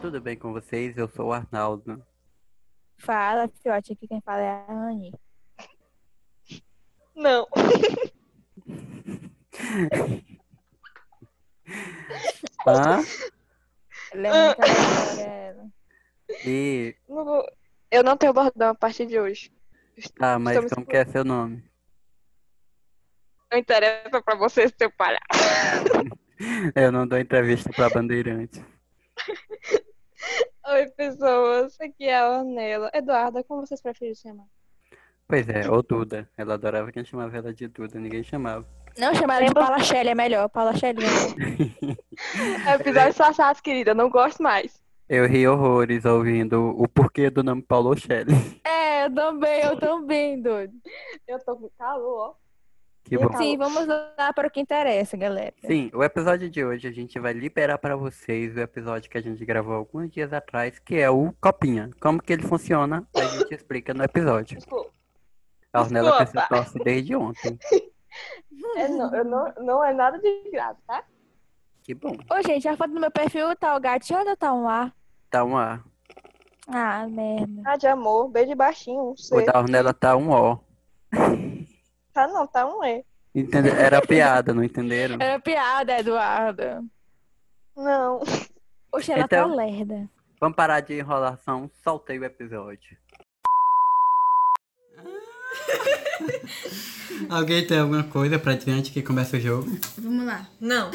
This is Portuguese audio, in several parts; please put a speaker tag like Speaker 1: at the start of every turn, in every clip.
Speaker 1: tudo bem com vocês? Eu sou o Arnaldo.
Speaker 2: Fala, fiote. Aqui quem fala é a Anne.
Speaker 3: Não. Tá?
Speaker 1: Hã?
Speaker 4: Ah.
Speaker 2: Lembra que ela é era ela.
Speaker 1: E.
Speaker 3: Não vou- Eu não tenho bordão a partir de hoje.
Speaker 1: Tá, mas
Speaker 3: Estamos
Speaker 1: como que é seu nome?
Speaker 3: Não interessa pra você seu palhaço.
Speaker 1: Eu não dou entrevista pra Bandeirante.
Speaker 3: Oi, pessoas. Aqui é a Ornella. Eduarda, como vocês preferem se chamar?
Speaker 1: Pois é, ou Duda. Ela adorava quem chamava ela de Duda, ninguém chamava.
Speaker 2: Não, chamaram de
Speaker 3: Lembra-
Speaker 2: Paula Shelley, é melhor. Paula Shelley.
Speaker 3: É episódio sassado, querida. Não gosto mais.
Speaker 1: Eu ri horrores ouvindo o porquê do nome Paulo Shelley.
Speaker 2: É, eu também, eu também, doido.
Speaker 3: Eu tô com calor, ó.
Speaker 1: Que bom.
Speaker 3: Calor.
Speaker 2: Sim, vamos lá para o que interessa, galera.
Speaker 1: Sim, o episódio de hoje a gente vai liberar pra vocês o episódio que a gente gravou alguns dias atrás, que é o Copinha. Como que ele funciona, a gente explica no episódio.
Speaker 3: Desculpa.
Speaker 1: A Ornella tem essa
Speaker 3: Desculpa.
Speaker 1: tosse desde ontem.
Speaker 3: É, não, eu não, não é nada de grave, tá?
Speaker 1: Que bom.
Speaker 2: Ô, gente, a foto do meu perfil tá o gatinho ou tá um ar?
Speaker 1: Tá um A.
Speaker 2: Ah, merda.
Speaker 3: Ah, de amor. Beijo baixinho. Um
Speaker 1: O
Speaker 3: C.
Speaker 1: da Ornella tá um O.
Speaker 3: Tá não, tá um E.
Speaker 1: Entende- Era piada, não entenderam?
Speaker 2: Era É piada, Eduardo.
Speaker 3: Não.
Speaker 2: Oxe, ela
Speaker 1: Então-
Speaker 2: tá lerda.
Speaker 1: Vamos parar de enrolação, soltei o episódio. Alguém tem alguma coisa pra diante que começa o jogo?
Speaker 5: Vamos lá. Não.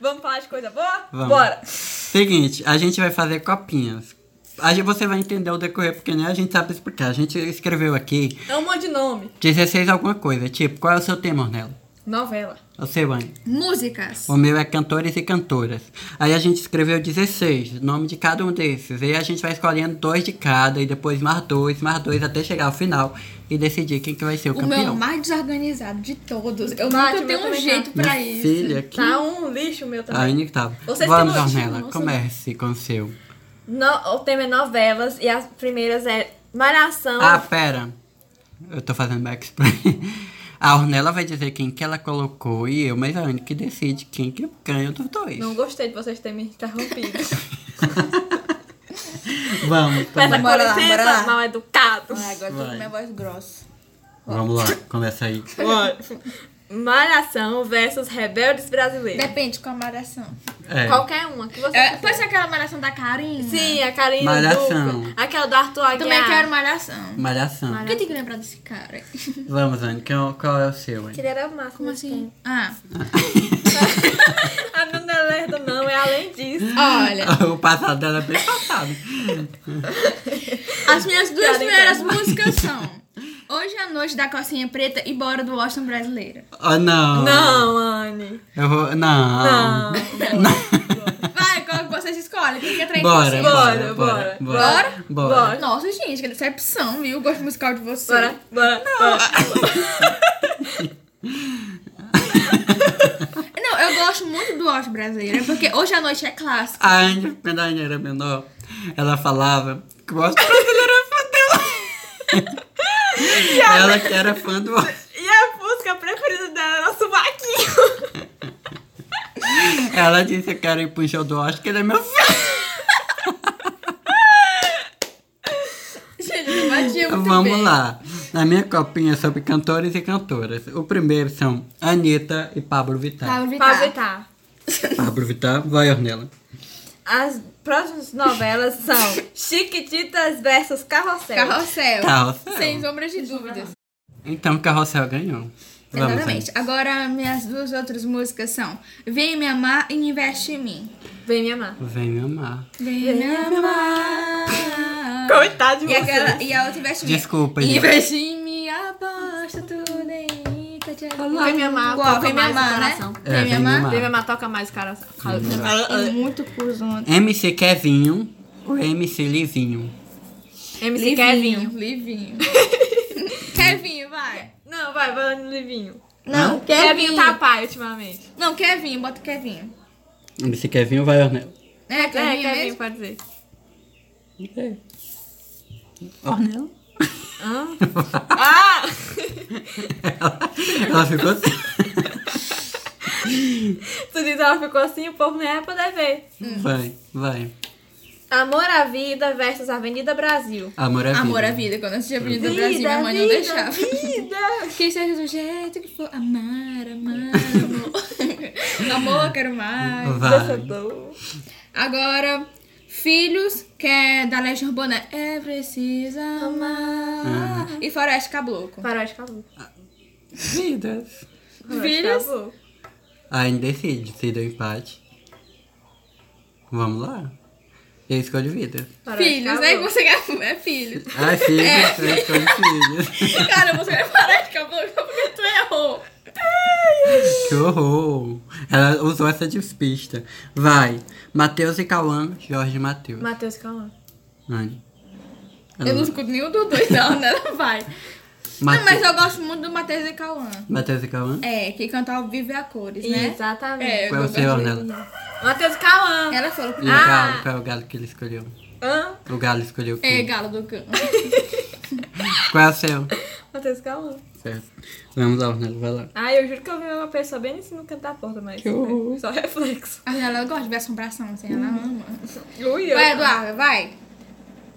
Speaker 5: Vamos falar de coisa boa?
Speaker 1: Vamos.
Speaker 5: Bora.
Speaker 1: Seguinte, a gente vai fazer copinhas. A gente, você vai entender o decorrer, porque nem a gente sabe explicar. A gente escreveu aqui
Speaker 5: É um monte de nome.
Speaker 1: 16 alguma coisa. Tipo, qual é o seu tema, Ornella?
Speaker 5: Novela.
Speaker 1: O seu, Anne?
Speaker 4: Músicas.
Speaker 1: O meu é cantores e cantoras. Aí a gente escreveu 16, nome de cada um desses. E a gente vai escolhendo dois de cada, e depois mais dois, mais dois, até chegar ao final e decidir quem que vai ser o,
Speaker 4: O meu
Speaker 1: campeão.
Speaker 4: mais desorganizado de todos. Eu
Speaker 5: Bate,
Speaker 4: nunca
Speaker 5: o meu
Speaker 4: tenho um
Speaker 5: também
Speaker 4: jeito pra
Speaker 1: Minha
Speaker 4: isso.
Speaker 1: filha, que...
Speaker 5: Tá um lixo meu
Speaker 1: A
Speaker 5: também.
Speaker 1: Anne que tava.
Speaker 5: Vocês têm
Speaker 1: Vamos,
Speaker 5: notícia,
Speaker 1: Ornella,
Speaker 5: nossa.
Speaker 1: comece com o seu.
Speaker 5: No- o tema é novelas e as primeiras é Malhação.
Speaker 1: Ah, pera. Eu tô fazendo backspray. A Ornella vai dizer quem que ela colocou e eu, mas é a Anne que decide quem que ganha dos dois.
Speaker 5: Não gostei de vocês terem me interrompido.
Speaker 1: Vamos,
Speaker 5: Peça
Speaker 1: começa.
Speaker 5: com
Speaker 4: Bora lá, bora
Speaker 5: licença,
Speaker 4: lá.
Speaker 5: mal educado.
Speaker 4: Ah, agora eu tô
Speaker 1: Vai.
Speaker 4: com minha voz grossa.
Speaker 1: Vamos lá, começa aí.
Speaker 5: Malhação versus Rebeldes Brasileiros.
Speaker 4: Depende com a malhação.
Speaker 1: É.
Speaker 5: Qualquer uma que você
Speaker 4: É,
Speaker 5: quiser.
Speaker 4: pode ser aquela malhação da Karina?
Speaker 5: Sim, a Karina
Speaker 1: Malhação.
Speaker 5: Dutra, Aquela do Arthur Aguiar.
Speaker 4: Eu também quero
Speaker 5: é?
Speaker 4: malhação.
Speaker 1: Malhação.
Speaker 4: Por que eu tenho que lembrar desse cara?
Speaker 1: Vamos, Anne, qual, qual é o seu,
Speaker 5: Que
Speaker 1: Anne?
Speaker 5: ele era o máximo.
Speaker 4: Como
Speaker 5: desse
Speaker 4: assim? Ah,
Speaker 5: tempo. A minha não é lerda, não. É além disso.
Speaker 4: olha.
Speaker 1: o passado dela é bem passado.
Speaker 4: As minhas duas
Speaker 5: Cara,
Speaker 4: primeiras músicas são Hoje à Noite da Calcinha Preta e Bora do Washington Brasileira.
Speaker 1: Oh,
Speaker 4: Ah.
Speaker 1: não.
Speaker 5: Não, Anne.
Speaker 1: Eu vou... Não.
Speaker 5: Não.
Speaker 4: Vai, qual que vocês escolhem? Quem quer trair
Speaker 1: Bora,
Speaker 4: vocês?
Speaker 1: bora,
Speaker 5: Bora,
Speaker 1: bora,
Speaker 5: bora.
Speaker 1: bora.
Speaker 5: Bora.
Speaker 4: Nossa, gente, que decepção, viu? O gosto musical de vocês.
Speaker 5: Bora, bora. bora.
Speaker 4: Não, eu gosto muito do Washington Brasileira, porque Hoje à Noite é clássico.
Speaker 1: A Anne, quando a Anne era menor, ela falava que o Oscar brasileiro era fã dela.
Speaker 5: né?
Speaker 1: ela que era fã do Oscar.
Speaker 5: E a música preferida dela era o Subaquinho.
Speaker 1: Ela disse, eu quero ir pro show do Oscar, ele é meu filho.
Speaker 4: Gente, eu me batia muito
Speaker 1: Vamos
Speaker 4: bem.
Speaker 1: lá. Na minha copinha é sobre cantores e cantoras. O primeiro são Anitta e Pablo Vittar.
Speaker 4: Pablo Vittar.
Speaker 5: Pra evitar.
Speaker 1: Pablo Vittar, vai, Ornella.
Speaker 5: As próximas novelas são Chiquititas versus Carrossel.
Speaker 4: Carrossel.
Speaker 1: Carrossel.
Speaker 4: Sem sombra de dúvidas.
Speaker 1: Então, Carrossel ganhou. Vamos,
Speaker 4: Exatamente. Agora, minhas duas outras músicas são Vem Me Amar e Investe em Mim.
Speaker 5: Vem me amar.
Speaker 1: Anne. Vem me amar.
Speaker 4: Vem, Me Amar.
Speaker 5: Coitado de
Speaker 4: E,
Speaker 5: você.
Speaker 4: aquela, e a outra investe em mim.
Speaker 1: Desculpa, gente.
Speaker 4: Investe em mim, aposta tudo em mim. Tati-
Speaker 5: Vem me amar,
Speaker 4: Qual?
Speaker 5: toca
Speaker 4: Vem me
Speaker 5: mais o
Speaker 4: amar, né?
Speaker 5: coração.
Speaker 1: É, Vem Me Amar.
Speaker 5: Vem me amar, toca mais o coração.
Speaker 4: Tem muito cuzão.
Speaker 1: MC Kevinho ou MC Livinho?
Speaker 5: MC Kevinho.
Speaker 4: Livinho. Kevinho, vai.
Speaker 5: Não, vai, vai no Livinho.
Speaker 4: Não,
Speaker 5: Kevinho tá pai ultimamente.
Speaker 4: Não, Kevinho, bota Kevinho.
Speaker 1: MC Kevinho vai, Ornella.
Speaker 4: É,
Speaker 5: É,
Speaker 4: Kevinho
Speaker 5: Kevinho,
Speaker 4: mesmo?
Speaker 5: pode dizer.
Speaker 1: Ornella?
Speaker 5: Hã? Ah!
Speaker 1: Ela ficou assim.
Speaker 5: Tu diz, ela ficou assim, o povo nem vai poder ver.
Speaker 1: Vai, vai.
Speaker 5: Amor à Vida versus Avenida Brasil.
Speaker 1: Amor à vida.
Speaker 4: Amor é à vida. Quando eu assisti a Avenida Brasil, minha mãe não
Speaker 5: vida,
Speaker 4: deixava.
Speaker 5: Vida.
Speaker 4: Que seja do jeito que for. Amar, amar, amor. amor, eu quero mais.
Speaker 5: é
Speaker 1: Vai.
Speaker 4: Agora, filhos, que é da Legião Boné. É preciso amar.
Speaker 1: Uhum.
Speaker 4: E Floresta Caboclo.
Speaker 5: Farol de Caboclo.
Speaker 1: Vidas.
Speaker 5: Farol de
Speaker 4: Filhos?
Speaker 5: Caboclo.
Speaker 1: Ainda decide se deu empate. Vamos lá. Eu escolho vidas.
Speaker 5: Farol de
Speaker 4: Filhos, né? Que
Speaker 5: Caboclo.
Speaker 4: Você quer... É filhos.
Speaker 1: Ah, filhos,
Speaker 4: É.
Speaker 1: eu escolho filhos.
Speaker 4: Cara, você vai parar de caboclo é porque tu errou.
Speaker 1: Que horror. Ela usou essa despista. Vai. Matheus e Cauã, Jorge e Matheus.
Speaker 5: Matheus, calma.
Speaker 1: Anne.
Speaker 4: Eu
Speaker 1: Uhum.
Speaker 4: não escuto nenhum dos dois, não, né? Não vai. Não, mas eu gosto muito do Matheus e Cauã.
Speaker 1: Matheus e Cauã?
Speaker 4: É, que cantar ao vivo é a cores, né?
Speaker 5: Exatamente.
Speaker 4: É,
Speaker 1: Qual é o
Speaker 4: eu
Speaker 1: seu,
Speaker 4: gosto-
Speaker 1: Nela?
Speaker 5: É. Matheus Cauã.
Speaker 4: Ela falou
Speaker 1: E o
Speaker 4: pra "Ah,
Speaker 1: galo, qual é o galo que ele escolheu?
Speaker 5: Hã?
Speaker 1: O galo escolheu
Speaker 4: É,
Speaker 1: quem?
Speaker 4: galo do cão.
Speaker 1: Qual é o seu?
Speaker 5: Matheus Cauã.
Speaker 1: Certo. Vamos lá, Ornella, vai lá.
Speaker 5: Ai, eu juro que eu vi uma pessoa bem em cima do canto da porta, mas...
Speaker 1: Que horror.
Speaker 5: né, Só reflexo.
Speaker 4: A Nela gosta de ver assombração, assim, ela ama.
Speaker 5: Ui, Uhum. eu-
Speaker 4: Vai, Eduardo, vai.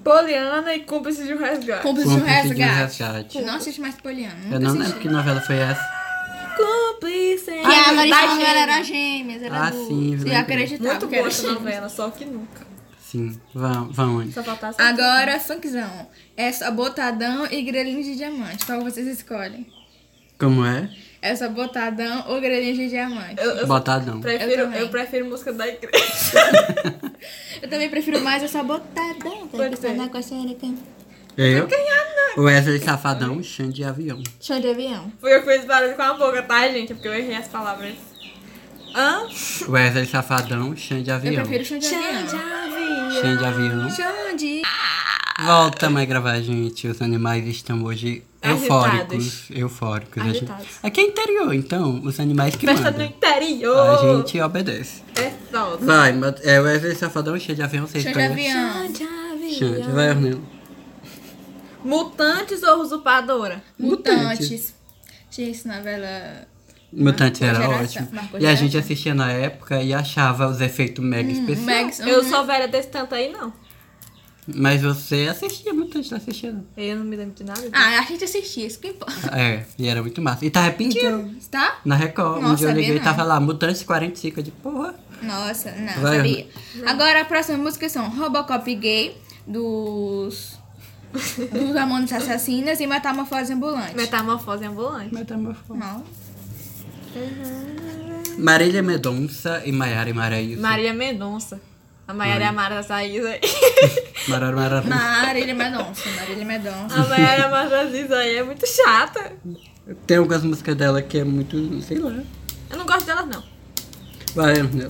Speaker 5: Poliana e cúmplice de um resgate.
Speaker 4: Cúmplice de um
Speaker 1: Cúmplice de um
Speaker 4: resgate.
Speaker 1: resgate.
Speaker 4: Não assiste mais Poliana.
Speaker 1: Eu não
Speaker 4: Nunca
Speaker 1: né?
Speaker 4: assisti.
Speaker 1: lembro que novela foi essa.
Speaker 5: Cúmplice.
Speaker 4: Que a Marisa
Speaker 5: da
Speaker 4: Manoela
Speaker 5: gêmea.
Speaker 4: era gêmeas, era
Speaker 1: Ah,
Speaker 4: do...
Speaker 1: sim,
Speaker 4: Você
Speaker 1: lembrei.
Speaker 4: acreditava
Speaker 5: Muito
Speaker 4: que é era
Speaker 5: boa essa
Speaker 4: gêmeas.
Speaker 5: novela, só que nunca.
Speaker 1: Sim, vão, vão Anne.
Speaker 5: Só faltava essa
Speaker 4: Agora, funkzão. É só botadão e grelhinho de diamante. Qual vocês escolhem?
Speaker 1: Como é?
Speaker 4: É só botadão ou grelhinho de diamante?
Speaker 5: Eu, eu
Speaker 1: Botadão.
Speaker 5: prefiro,
Speaker 4: Eu
Speaker 5: eu,
Speaker 4: também.
Speaker 5: prefiro música da igreja.
Speaker 4: Eu também prefiro mais essa botadão. Tem
Speaker 5: Pode
Speaker 4: que é
Speaker 5: ser.
Speaker 4: estar na costeira com
Speaker 1: É Eu? Wesley Safadão, chão de avião.
Speaker 4: show de avião.
Speaker 5: Foi eu que fiz barulho com a boca, tá, gente? É Porque eu errei as palavras. Hã?
Speaker 1: Wesley Safadão, chão de
Speaker 4: Eu
Speaker 1: avião.
Speaker 4: prefiro chão de avião.
Speaker 1: Chão de avião.
Speaker 4: Chão de...
Speaker 1: Volta mais gravar, gente. Os animais estão hoje eufóricos. Eufóricos. A gente-
Speaker 5: Agitados.
Speaker 1: Aqui é interior, então. Os animais que
Speaker 5: Festa no
Speaker 1: mandam.
Speaker 5: interior.
Speaker 1: A gente obedece.
Speaker 5: É só.
Speaker 1: Vai, mas- é Wesley Safadão, chão de avião. Vocês
Speaker 4: Chão de
Speaker 5: né?
Speaker 1: escolhem.
Speaker 4: avião.
Speaker 1: Chão de- Vai, Ornella.
Speaker 5: Mutantes ou usurpadora?
Speaker 4: Mutantes. Tinha isso na novela...
Speaker 1: Mutantes era
Speaker 4: geração,
Speaker 1: ótimo.
Speaker 4: marcou
Speaker 1: E a
Speaker 4: geração.
Speaker 1: gente assistia na época e achava os efeitos mega especiais.
Speaker 4: um Max.
Speaker 5: Eu sou velha desse tanto aí, não.
Speaker 1: Mas você assistia, tá Mutantes não assistia, não.
Speaker 5: Eu não me lembro de nada.
Speaker 4: Ah, a gente assistia, isso que importa.
Speaker 1: É, e era muito massa. E tá arrependido.
Speaker 4: Tá?
Speaker 1: Na Record,
Speaker 4: Nossa,
Speaker 1: onde eu
Speaker 4: sabia
Speaker 1: liguei,
Speaker 4: não.
Speaker 1: tava lá, Mutantes 45, eu de porra.
Speaker 4: Nossa, não,
Speaker 1: Vai,
Speaker 4: sabia. Agora, a próxima música são Robocop Gay, dos... dos Amantes Assassinas e Metamorfose Ambulante.
Speaker 5: Metamorfose ambulante.
Speaker 1: Metamorfose.
Speaker 4: Não. É.
Speaker 1: Marília Medonça e Maiara e Maraíso.
Speaker 5: Maria Mendonça. A Maiara e a Mara da Saísa aí.
Speaker 1: Maiara e Maraíso.
Speaker 4: Marília Mendonça, Marília Mendonça.
Speaker 5: A Maiara e a Mara da Saísa aí é muito chata.
Speaker 1: Tem algumas músicas dela que é muito, sei lá.
Speaker 5: Eu não gosto delas, não.
Speaker 1: Vai, né?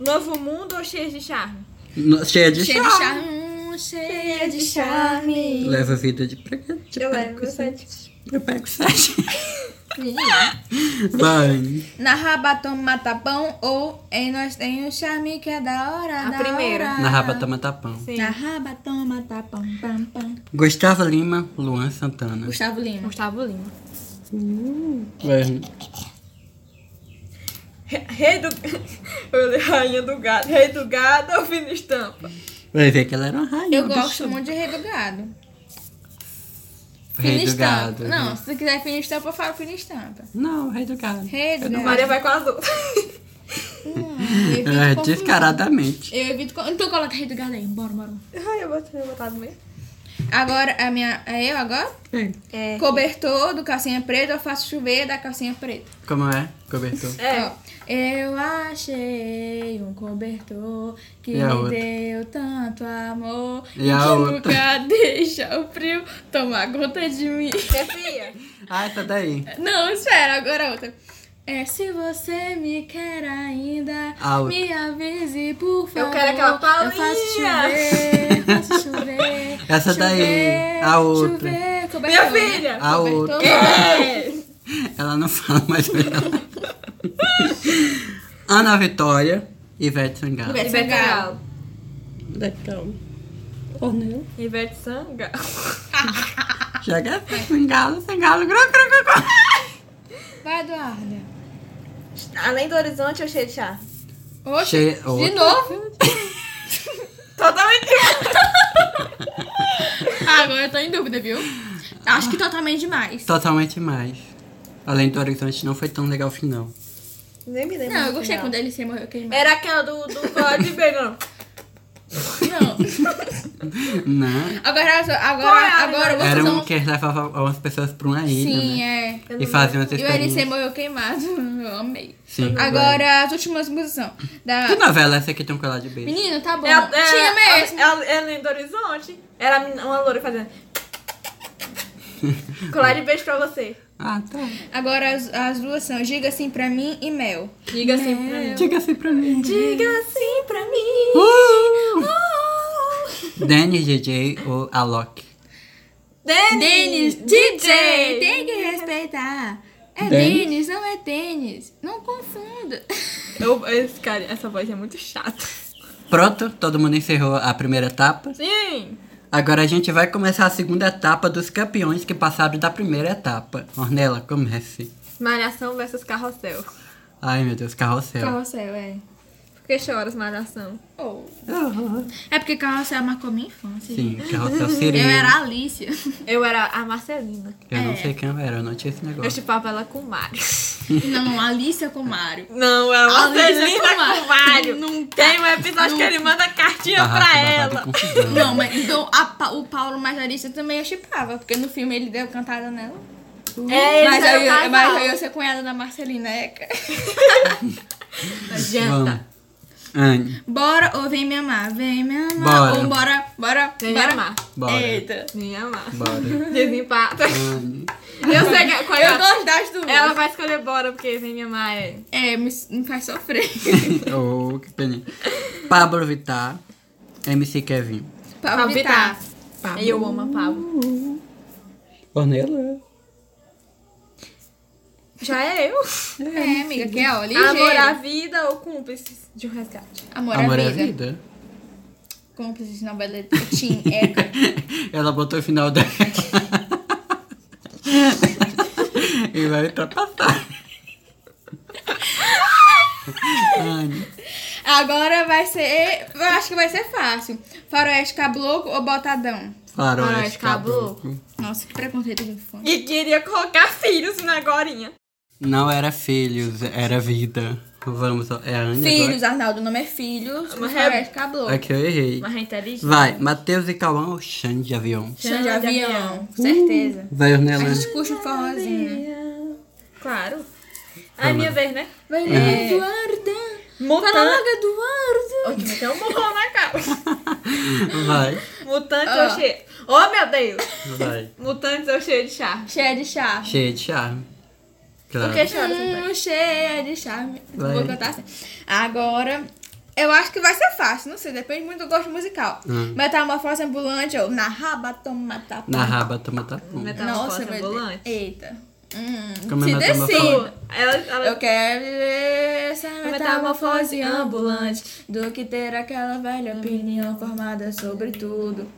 Speaker 5: Novo Mundo ou Cheias de Charme?
Speaker 1: No- cheia de
Speaker 4: Cheia
Speaker 1: chá.
Speaker 4: de charme, cheia de charme.
Speaker 1: Leva vida de presente. Eu pego sete. Eu pego sete. Vai.
Speaker 4: Narrar batom matapão ou em nós tem um charme que é da hora,
Speaker 5: A
Speaker 4: da
Speaker 5: primeira.
Speaker 4: hora.
Speaker 1: Na raba toma tapão.
Speaker 5: Sim.
Speaker 4: Narrar batom matapão, pam, pam.
Speaker 1: Gustavo Lima, Luan Santana.
Speaker 4: Gustavo Lima.
Speaker 5: Gustavo Lima.
Speaker 1: Vai. né?
Speaker 5: Re- Rei do... Eu li Rainha do Gado. Rei do Gado ou Fina Estampa?
Speaker 1: Vai ver que ela era uma rainha.
Speaker 4: Eu
Speaker 1: do
Speaker 4: gosto
Speaker 1: chão.
Speaker 4: muito de Rei do Gado.
Speaker 1: Rei
Speaker 4: Fina
Speaker 1: do
Speaker 4: estampa.
Speaker 1: gado.
Speaker 4: Não,
Speaker 1: né?
Speaker 4: se tu quiser fina estampa, eu falo fina estampa.
Speaker 1: Não, rei do gado.
Speaker 4: Rei do Gado.
Speaker 5: Maria vai com as outras.
Speaker 4: Não, né? eu evito
Speaker 1: É,
Speaker 4: confundir.
Speaker 1: descaradamente.
Speaker 4: Eu evito... con- Então coloca Rei do Gado aí, bora, bora. bora.
Speaker 5: Ai, eu vou ter botado mesmo.
Speaker 4: Agora, a minha... É eu agora?
Speaker 5: É.
Speaker 4: Cobertor do calcinha preta, eu faço chover da calcinha preta.
Speaker 1: Como é, cobertor?
Speaker 5: É.
Speaker 4: Ó, eu achei um cobertor que
Speaker 1: E a
Speaker 4: me
Speaker 1: outra?
Speaker 4: deu tanto amor
Speaker 1: E
Speaker 4: que
Speaker 1: a outra?
Speaker 4: nunca deixa o frio tomar conta de mim.
Speaker 5: Chefia.
Speaker 1: Ah, essa daí.
Speaker 4: Não, espera, agora outra. É, se você me quer ainda,
Speaker 1: A outra.
Speaker 4: me avise, por favor.
Speaker 5: Eu quero aquela
Speaker 4: Eu faço
Speaker 5: Paulinha.
Speaker 4: chover, faço chover.
Speaker 1: Essa daí,
Speaker 4: chover,
Speaker 1: a outra.
Speaker 4: Chover, cobertor,
Speaker 5: Minha
Speaker 4: né?
Speaker 5: filha.
Speaker 1: A
Speaker 4: Cobertor.
Speaker 1: outra.
Speaker 5: É.
Speaker 1: Ela não fala mais pra ela. Ana Vitória e Ivete Sangalo.
Speaker 4: Ivete
Speaker 5: Ivete
Speaker 4: Sangalo.
Speaker 5: Sangalo.
Speaker 1: Legal. Ornel.
Speaker 5: Ivete Sangalo.
Speaker 1: Chega Sangalo, Sangalo, gru, gru, gru, gru.
Speaker 4: Vai, Eduarda.
Speaker 5: Além do horizonte, eu cheio de chá.
Speaker 4: Oxe,
Speaker 1: Che-
Speaker 4: de
Speaker 1: outra.
Speaker 4: novo.
Speaker 5: Totalmente.
Speaker 4: Ah, Agora eu tô em dúvida, viu? Acho que totalmente demais.
Speaker 1: Totalmente mais. Além do Horizonte, não foi tão legal o final.
Speaker 5: Nem me lembro.
Speaker 4: Não, eu
Speaker 5: do
Speaker 4: gostei
Speaker 5: final.
Speaker 4: quando ele se morreu queimado.
Speaker 5: Era aquela do, do Código Vegano.
Speaker 4: Não.
Speaker 1: Né?
Speaker 4: Agora,
Speaker 5: É. Qual é
Speaker 4: agora,
Speaker 5: a
Speaker 4: agora vocês
Speaker 1: Era um
Speaker 4: vão...
Speaker 1: que levava algumas pessoas pra uma ilha,
Speaker 4: Sim,
Speaker 1: né?
Speaker 4: é.
Speaker 5: Eu
Speaker 1: E
Speaker 5: não
Speaker 1: fazia umas
Speaker 4: E o LC
Speaker 1: experiências.
Speaker 4: morreu queimado. Eu amei.
Speaker 1: Sim.
Speaker 4: Agora, as últimas músicas da...
Speaker 1: Que novela é essa que tem um colar de beijo?
Speaker 4: Menino, tá bom.
Speaker 5: É, a- é,
Speaker 4: Tinha mesmo.
Speaker 5: É, a- é além do horizonte. Era a menina- uma loura fazendo. Colar de beijo pra você.
Speaker 1: Ah, tá.
Speaker 4: Agora, as, as duas são Diga Sim Pra Mim e Mel.
Speaker 5: Diga assim pra mim.
Speaker 1: Diga assim pra mim.
Speaker 5: Diga assim pra mim.
Speaker 1: Uh! Danny, DJ ou Alok?
Speaker 5: É
Speaker 4: Denis, DJ, tem que respeitar. É
Speaker 1: Denis?
Speaker 4: Denis, não é tênis. Não confunda.
Speaker 5: Eu, esse cara, essa voz é muito chata.
Speaker 1: Pronto, todo mundo encerrou a primeira etapa.
Speaker 5: Sim.
Speaker 1: Agora a gente vai começar a segunda etapa dos campeões que passaram da primeira etapa. Ornella, comece.
Speaker 5: Malhação versus carrossel.
Speaker 1: Ai meu Deus, carrossel.
Speaker 4: Carrossel, é.
Speaker 5: Por que choras, malhação?
Speaker 4: Oh.
Speaker 1: Ah,
Speaker 4: É porque Carrossel marcou minha infância.
Speaker 1: Sim, carrossel seria.
Speaker 4: Eu era a Alicia.
Speaker 5: Eu era a Marcelina.
Speaker 1: Eu não sei quem eu era, eu não tinha esse
Speaker 5: Eu
Speaker 1: negócio.
Speaker 5: chupava ela com o Mário.
Speaker 4: Não, Alicia com Mário.
Speaker 5: Não, é uma
Speaker 4: Além de
Speaker 5: Celina
Speaker 4: fumar.
Speaker 5: com Mário.
Speaker 4: Nunca.
Speaker 5: Tem um episódio que ele manda cartinha pra ela.
Speaker 4: Não, mas então a Pa- o Paulo mais a Alicia também eu chipava, porque no filme ele deu cantada nela.
Speaker 5: É, eles
Speaker 4: mas,
Speaker 5: eram
Speaker 4: aí, eu- mas
Speaker 5: casal.
Speaker 4: aí eu ser cunhada da Marcelina né? Eca. tá.
Speaker 1: Vamos. Anne,
Speaker 4: Bora ou vem me amar? Vem me amar.
Speaker 1: Bora.
Speaker 4: Ou bora, bora,
Speaker 5: Vem me
Speaker 4: bora.
Speaker 5: amar.
Speaker 1: bora.
Speaker 4: Eita.
Speaker 5: Me amar.
Speaker 1: Bora.
Speaker 5: Desempata.
Speaker 1: Anne.
Speaker 5: Eu sei que qual
Speaker 4: Eu
Speaker 5: é.
Speaker 4: gosto das duas.
Speaker 5: Ela vai escolher bora, porque vem me amar é.
Speaker 4: É, me, me faz sofrer.
Speaker 1: Oh, que pena. Pablo Vittar, MC Kevin.
Speaker 4: pra evitar.
Speaker 5: Pablo. Eu amo a Pablo.
Speaker 1: Ornella?
Speaker 5: Já é eu.
Speaker 4: É, amiga, que é, ó, ligeiro.
Speaker 5: Amor à vida ou cúmplices de um resgate?
Speaker 4: Amor, à
Speaker 1: Amor é
Speaker 4: vida.
Speaker 1: vida.
Speaker 4: Cúmplices de novela de Tim Eca.
Speaker 1: Ela botou o final dela. e vai ultrapassar. Anne.
Speaker 4: Agora vai ser. Eu acho que vai ser fácil. Faroeste cabloco ou botadão?
Speaker 1: Faroeste
Speaker 5: Faroeste Caboclo.
Speaker 1: Caboclo.
Speaker 4: Nossa, que preconceito de fã.
Speaker 5: E queria colocar filhos na agorinha.
Speaker 1: Não era filhos, era vida. Vamos, é a Anne
Speaker 4: Filhos, Arnaldo, o nome é Filhos.
Speaker 5: Mas é-
Speaker 4: Faroeste
Speaker 1: agora.
Speaker 4: cabloco.
Speaker 1: Aqui eu errei.
Speaker 5: Mas é inteligente.
Speaker 1: Vai, Matheus e Cauã ou Xande de avião?
Speaker 4: Chão de
Speaker 5: Chão de
Speaker 4: avião.
Speaker 5: avião. Certeza.
Speaker 1: Vai, Ornella.
Speaker 4: A gente curte um
Speaker 1: né?
Speaker 4: forrozinho.
Speaker 5: Claro. Ai, minha vez, né?
Speaker 4: Vai lá,
Speaker 1: É.
Speaker 4: Eduarda.
Speaker 5: Mutante.
Speaker 4: Fala logo, Eduardo.
Speaker 5: Ô, que meteu um murrão na cara.
Speaker 1: Vai,
Speaker 5: Mutantes
Speaker 4: Ah.
Speaker 5: ou cheio. Oh, meu Deus.
Speaker 1: vai.
Speaker 5: Mutantes ou cheio de charme.
Speaker 4: Cheia de charme.
Speaker 1: Cheia de charme. Claro.
Speaker 5: Por que choras?
Speaker 4: Hum, cheia de charme.
Speaker 1: Vai.
Speaker 4: Vou cantar assim. Agora, eu acho que vai ser fácil, não sei, depende muito do gosto musical.
Speaker 1: Hum.
Speaker 4: Metamorfose ambulante ou na raba tomata.
Speaker 1: Na raba toma tá tapum.
Speaker 5: Metamorfose
Speaker 4: meu Deus.
Speaker 5: ambulante.
Speaker 4: Eita. Hum,
Speaker 1: Como
Speaker 4: se
Speaker 1: é metamorfose?
Speaker 4: decida.
Speaker 5: Ela, ela...
Speaker 4: Eu quero viver essa metamorfose
Speaker 5: metamorfose
Speaker 4: ambulante do que ter aquela velha opinião formada sobre tudo.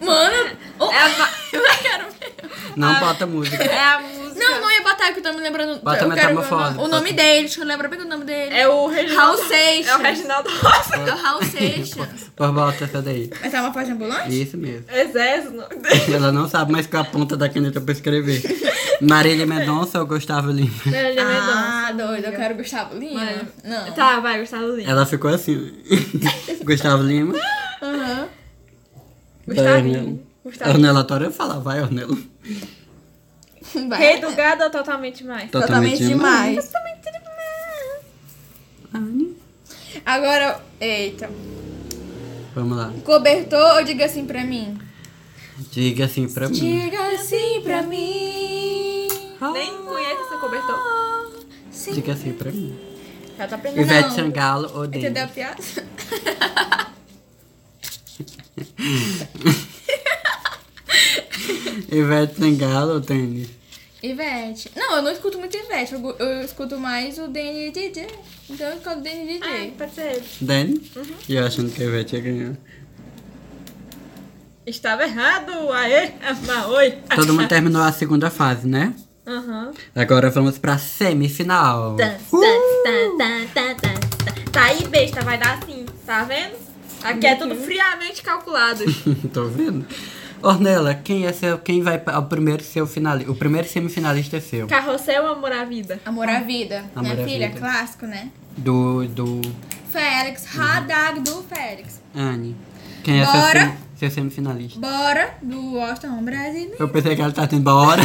Speaker 4: Mano, oh,
Speaker 5: É, a... ma-
Speaker 4: eu não quero ver. Ah.
Speaker 1: Não bota música.
Speaker 5: é a música.
Speaker 4: Não, não ia botar que eu tô me lembrando.
Speaker 1: Bota
Speaker 4: eu quero ver o
Speaker 1: metamorfose,
Speaker 4: nome- o nome
Speaker 1: bota.
Speaker 4: dele, deixa eu lembrar bem o nome dele.
Speaker 5: É o Reginaldo.
Speaker 4: Raul Seixas.
Speaker 5: É o Reginaldo Rossi.
Speaker 4: É o Raul Seixas.
Speaker 1: Pois bota essa daí.
Speaker 4: Metamorfose ambulante?
Speaker 1: Isso mesmo.
Speaker 5: Exército. não.
Speaker 1: Ela não sabe mais com a ponta da caneta pra escrever. Marília Mendonça ou Gustavo Lima?
Speaker 5: Marília Mendonça.
Speaker 4: Ah, doido, eu quero Gustavo Lima.
Speaker 5: Mano.
Speaker 4: Não.
Speaker 5: Tá, vai, Gustavo Lima.
Speaker 1: Ela ficou assim. Gustavo Lima.
Speaker 4: Aham.
Speaker 5: Gustavinho.
Speaker 1: Vai,
Speaker 5: Gustavinho.
Speaker 1: Ornella adora falar, vai, Ornella.
Speaker 4: Vai.
Speaker 5: Rei do gado ou totalmente mais?
Speaker 4: Totalmente demais.
Speaker 1: Anne.
Speaker 4: Agora, eita.
Speaker 1: Vamos lá.
Speaker 4: Cobertor ou diga assim pra mim?
Speaker 1: Diga assim pra mim.
Speaker 4: Diga assim pra mim.
Speaker 5: Nem conhece essa cobertor.
Speaker 4: Sim.
Speaker 1: Diga assim pra mim.
Speaker 4: Ela tá aprendendo.
Speaker 1: Ivete
Speaker 4: Não.
Speaker 1: Sangalo ou Denis?
Speaker 4: Entendeu a piada?
Speaker 1: Ivete Sangalo ou Denis?
Speaker 4: Ivete. Não, eu não escuto muito Ivete. Eu, gu- eu escuto mais o Danny DJ. Então eu escuto o Danny
Speaker 5: Ai,
Speaker 4: DJ.
Speaker 5: pode ser.
Speaker 1: Denis?
Speaker 4: Uhum.
Speaker 1: E eu achando que a Ivete ia ganhar.
Speaker 5: Estava errado. Aê, ma, oi.
Speaker 1: Todo mundo terminou a segunda fase, né?
Speaker 5: Aham.
Speaker 1: Agora vamos pra semifinal.
Speaker 5: Tan,
Speaker 1: tá,
Speaker 5: tan, tan, tan, tan, tan. Tá aí, besta, vai dar assim, tá vendo? Aqui é tudo friamente calculado.
Speaker 1: Tô vendo. Ornella, quem é seu, quem vai ao primeiro seu finalista? O primeiro semifinalista é seu.
Speaker 5: Carrossel Amor à Vida.
Speaker 4: Amor à Vida.
Speaker 1: Amor
Speaker 4: Minha
Speaker 1: à
Speaker 4: filha,
Speaker 1: Vida.
Speaker 4: clássico, né?
Speaker 1: Do do
Speaker 4: Félix, Radag do Félix.
Speaker 1: Anne. Quem é seu,
Speaker 4: Bora.
Speaker 1: sem- seu semifinalista?
Speaker 4: Bora do Washington Brasil.
Speaker 1: Eu pensei que ela tá indo embora.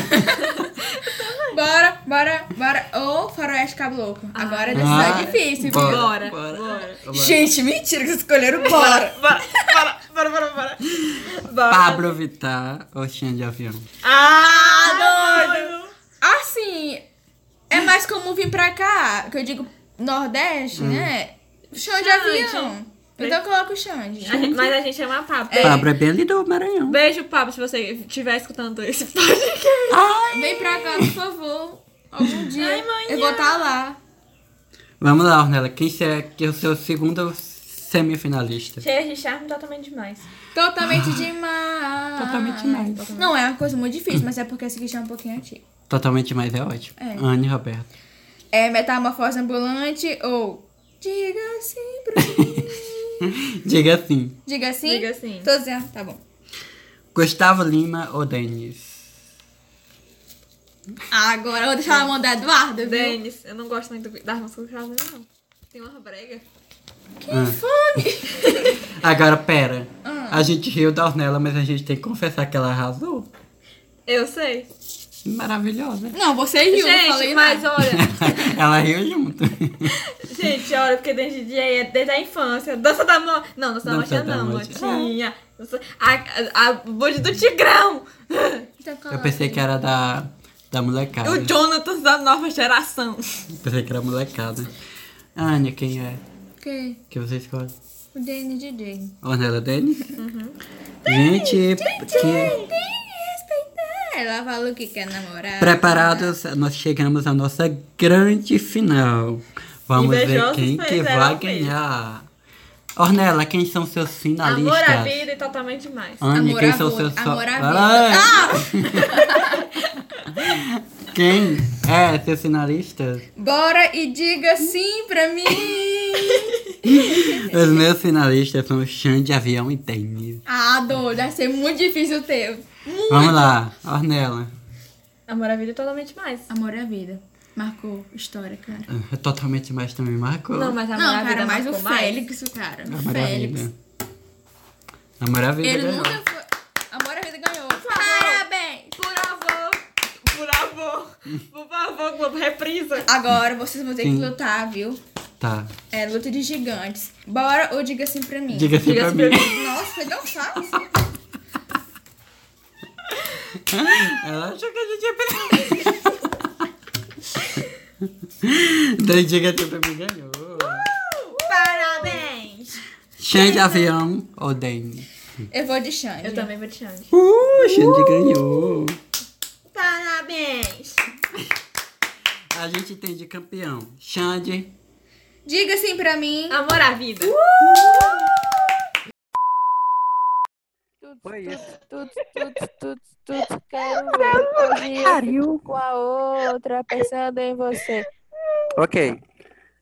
Speaker 4: Bora, bora, bora. Ou Faroeste Cabloco. Agora deve
Speaker 1: Ah,
Speaker 4: ser difícil.
Speaker 1: bora.
Speaker 4: viu?
Speaker 5: Bora,
Speaker 1: Bora.
Speaker 5: bora.
Speaker 4: Gente, mentira que vocês escolheram bora.
Speaker 5: Bora, bora, bora, bora, bora. Bora.
Speaker 1: Pablo Vittar ou Xande de Avião?
Speaker 5: Ah, doido.
Speaker 4: Assim, é mais comum vir pra cá, que eu digo Nordeste, né? Chão de
Speaker 5: Xande.
Speaker 4: avião. Então eu coloco o Xande.
Speaker 5: A gente- mas a gente chama Pablo. Um
Speaker 1: Pablo é bem ali do Maranhão.
Speaker 5: Beijo, Pablo, se você estiver escutando esse podcast.
Speaker 4: Vem pra cá, por favor. Algum dia.
Speaker 5: Ai, mãe.
Speaker 4: Eu vou estar lá.
Speaker 1: Vamos lá, Ornella. Quem é, que é o seu segundo semifinalista?
Speaker 5: Cheia de charme, totalmente demais.
Speaker 4: Totalmente demais.
Speaker 1: Totalmente demais.
Speaker 4: Não é uma coisa muito difícil, mas é porque esse aqui já é um pouquinho antigo.
Speaker 1: Totalmente mais é ótimo.
Speaker 4: É.
Speaker 1: Anne Roberto.
Speaker 4: É metamorfose ambulante ou diga sim pro mim.
Speaker 1: Diga assim.
Speaker 4: Diga sim?
Speaker 5: Diga sim.
Speaker 4: Tô dizendo, tá bom.
Speaker 1: Gustavo Lima ou Denis?
Speaker 4: Agora eu vou deixar ela mandar Eduardo, viu?
Speaker 5: Denis, eu não gosto muito das músicas do Charles, não. Tem uma brega.
Speaker 4: Que fome!
Speaker 1: Agora, pera.
Speaker 5: Ah.
Speaker 1: A gente riu da Ornella, mas a gente tem que confessar que ela arrasou.
Speaker 5: Eu sei.
Speaker 1: Maravilhosa.
Speaker 4: Não, você riu, eu não
Speaker 5: gente,
Speaker 4: falei
Speaker 5: mas
Speaker 4: nada.
Speaker 5: olha.
Speaker 1: ela riu junto.
Speaker 5: Gente, olha, porque desde dia é desde a infância. Dança da mo... Não, dança
Speaker 1: Dança
Speaker 5: da motinha
Speaker 1: da
Speaker 5: não,
Speaker 1: Motinha.
Speaker 5: motinha. Dança- A, a, a bonde do Tigrão.
Speaker 4: Então, coloca.
Speaker 1: Eu pensei que era da, da molecada.
Speaker 5: O Jonathan da nova geração.
Speaker 1: Pensei que era molecada. Anne, quem é?
Speaker 4: Ok.
Speaker 1: Que você escolhe?
Speaker 4: O Dane DJ.
Speaker 1: Ornella Denis?
Speaker 5: Uhum.
Speaker 1: Gente, que...
Speaker 4: Tem que respeitar. Ela falou que quer namorar.
Speaker 1: preparados, nós chegamos à nossa grande final. Vamos ver
Speaker 5: Invejosos,
Speaker 1: quem
Speaker 5: pois
Speaker 1: que
Speaker 5: é,
Speaker 1: vai
Speaker 5: ela fez.
Speaker 1: ganhar. Ornella, quem são seus finalistas?
Speaker 5: Amor à vida e totalmente mais.
Speaker 1: Anne,
Speaker 4: Amor
Speaker 1: quem
Speaker 4: à
Speaker 1: são
Speaker 4: vida,
Speaker 1: seus so-
Speaker 4: amor à vida.
Speaker 1: Ai! Quem é seu finalista?
Speaker 4: Bora e diga sim pra mim.
Speaker 1: Os meus finalistas são Xande, Avião e Denis.
Speaker 4: ah, doido, vai ser muito difícil o teu.
Speaker 1: Vamos lá, Ornella.
Speaker 5: Amor à vida e totalmente mais.
Speaker 4: Amor é vida. Marcou história, cara.
Speaker 1: É Totalmente mais também É marcou.
Speaker 5: Não, mas amor à
Speaker 4: Não,
Speaker 5: vida
Speaker 4: cara, mais o
Speaker 5: marcou
Speaker 4: Félix, cara. O
Speaker 1: Amor à
Speaker 4: Félix.
Speaker 1: vida. Amor à vida.
Speaker 4: Ele
Speaker 1: ganhou.
Speaker 4: nunca foi. Amor à vida ganhou. Parabéns!
Speaker 5: Por favor, por favor, por favor, Globo, reprisa.
Speaker 4: Agora vocês vão ter que
Speaker 1: Sim.
Speaker 4: lutar, viu?
Speaker 1: Tá.
Speaker 4: É luta de gigantes. Bora ou diga sim pra mim.
Speaker 1: Diga assim
Speaker 5: Diga
Speaker 1: pra
Speaker 5: assim
Speaker 1: mim.
Speaker 5: pra
Speaker 4: Nossa, foi tão fácil.
Speaker 1: Ela achou que a gente é ia perder. Daí diga assim pra mim, ganhou.
Speaker 5: Parabéns.
Speaker 1: Xande, Avião ou Denis?
Speaker 4: Eu vou de Xande.
Speaker 5: Eu também vou te chamar.
Speaker 1: Uh, Xande ganhou.
Speaker 5: Parabéns.
Speaker 1: A gente tem de campeão. Xande,
Speaker 4: Diga sim pra mim.
Speaker 5: Amor à vida.
Speaker 2: Tudo,
Speaker 1: Foi isso.
Speaker 2: tudo, tudo, tudo, tudo. Quero ver um com a outra, pensando em você.
Speaker 1: Ok.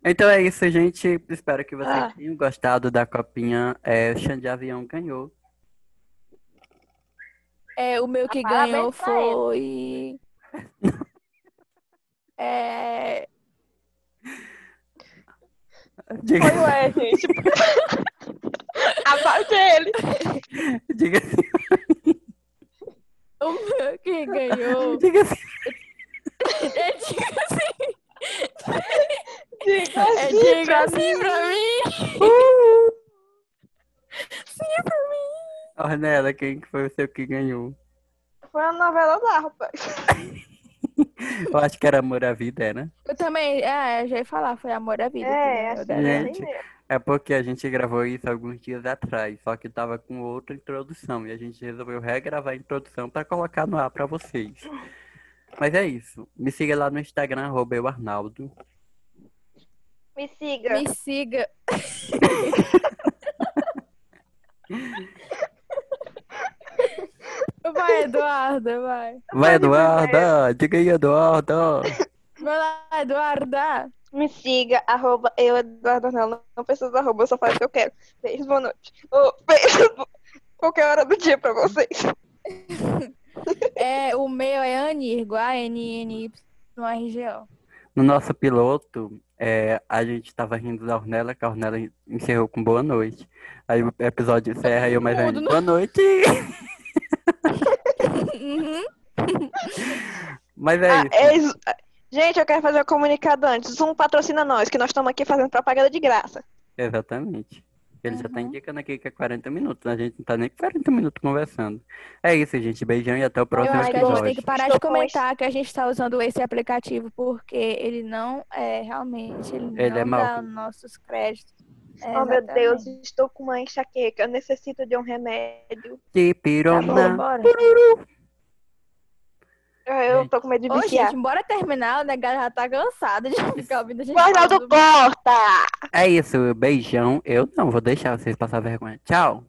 Speaker 1: Então é isso, gente. Espero que vocês
Speaker 2: Ah.
Speaker 1: tenham gostado da copinha. É, o Xande Avião ganhou.
Speaker 2: É, o meu que
Speaker 6: Parabéns
Speaker 2: ganhou
Speaker 6: pra ele.
Speaker 2: foi. É,
Speaker 1: Diga,
Speaker 3: Foi ué, é, gente. A parte é dele.
Speaker 1: diga,
Speaker 2: o meu que ganhou.
Speaker 1: diga assim.
Speaker 2: É, diga assim,
Speaker 3: Diga
Speaker 2: é,
Speaker 3: assim
Speaker 2: diga
Speaker 3: pra
Speaker 2: assim
Speaker 3: mim.
Speaker 2: pra mim.
Speaker 1: Ornella, quem que foi o seu que ganhou?
Speaker 3: Foi a novela lá, rapaz.
Speaker 1: Eu acho que era Amor à Vida, né? era.
Speaker 2: Eu também, ah, eu já ia falar, foi amor à vida. que
Speaker 3: É,
Speaker 2: ganhou
Speaker 3: acho que
Speaker 2: dela.
Speaker 5: assim
Speaker 3: é
Speaker 1: Gente. É porque a gente gravou isso alguns dias atrás, só que tava com outra introdução e a gente resolveu regravar a introdução pra colocar no ar pra vocês. Mas é isso. Me siga lá no Instagram, arroba eu Arnaldo.
Speaker 3: Me siga.
Speaker 2: Me siga. Eu
Speaker 4: Vai, Eduarda, vai.
Speaker 1: Vai, Eduarda! Diga aí, Eduarda!
Speaker 4: Vai lá, Eduarda.
Speaker 5: Me siga, arroba eu, Eduardo Arnaldo. Não precisa de arroba, eu só faço o que eu quero. Beijo, boa noite. Ou beijo, bo- qualquer hora do dia pra vocês.
Speaker 4: É, o meu é Anirgo, A-N-N-Y-R-G-O.
Speaker 1: No nosso piloto, é, a gente tava rindo da Ornella, que a Ornella encerrou com boa noite. Aí o episódio encerra e eu mais
Speaker 4: Mudo,
Speaker 1: ainda,
Speaker 4: não.
Speaker 1: boa noite!
Speaker 4: Uhum.
Speaker 1: Mas é
Speaker 5: Ah,
Speaker 1: isso.
Speaker 5: é isso. Gente, eu quero fazer um comunicado antes. Zoom patrocina nós, que nós estamos aqui fazendo propaganda de graça.
Speaker 1: Exatamente. Ele já tá
Speaker 4: Uhum.
Speaker 1: indicando aqui que é 40 minutos, né? a gente não tá nem 40 minutos conversando. É isso, gente. Beijão e até o
Speaker 4: Eu
Speaker 1: próximo
Speaker 4: acho que a gente tem
Speaker 1: episódio.
Speaker 4: que parar de
Speaker 5: Estou com
Speaker 4: comentar que a gente está usando esse aplicativo porque ele não é realmente, ele,
Speaker 1: Ele
Speaker 4: não
Speaker 1: é mau.
Speaker 4: dá nossos créditos. É,
Speaker 5: Oh, meu
Speaker 4: exatamente.
Speaker 5: Deus, estou com uma enxaqueca. Eu necessito de um remédio.
Speaker 1: Que
Speaker 4: Tá bom,
Speaker 1: pirona.
Speaker 4: bora.
Speaker 5: Eu- Eu tô com medo de
Speaker 4: Ô,
Speaker 5: viciar.
Speaker 4: gente, bora terminar, o negócio já tá cansado de ficar ouvindo a gente.
Speaker 5: O Arnaldo
Speaker 4: falando do-
Speaker 5: corta!
Speaker 1: É isso, beijão. Eu não vou deixar vocês passar vergonha. Tchau!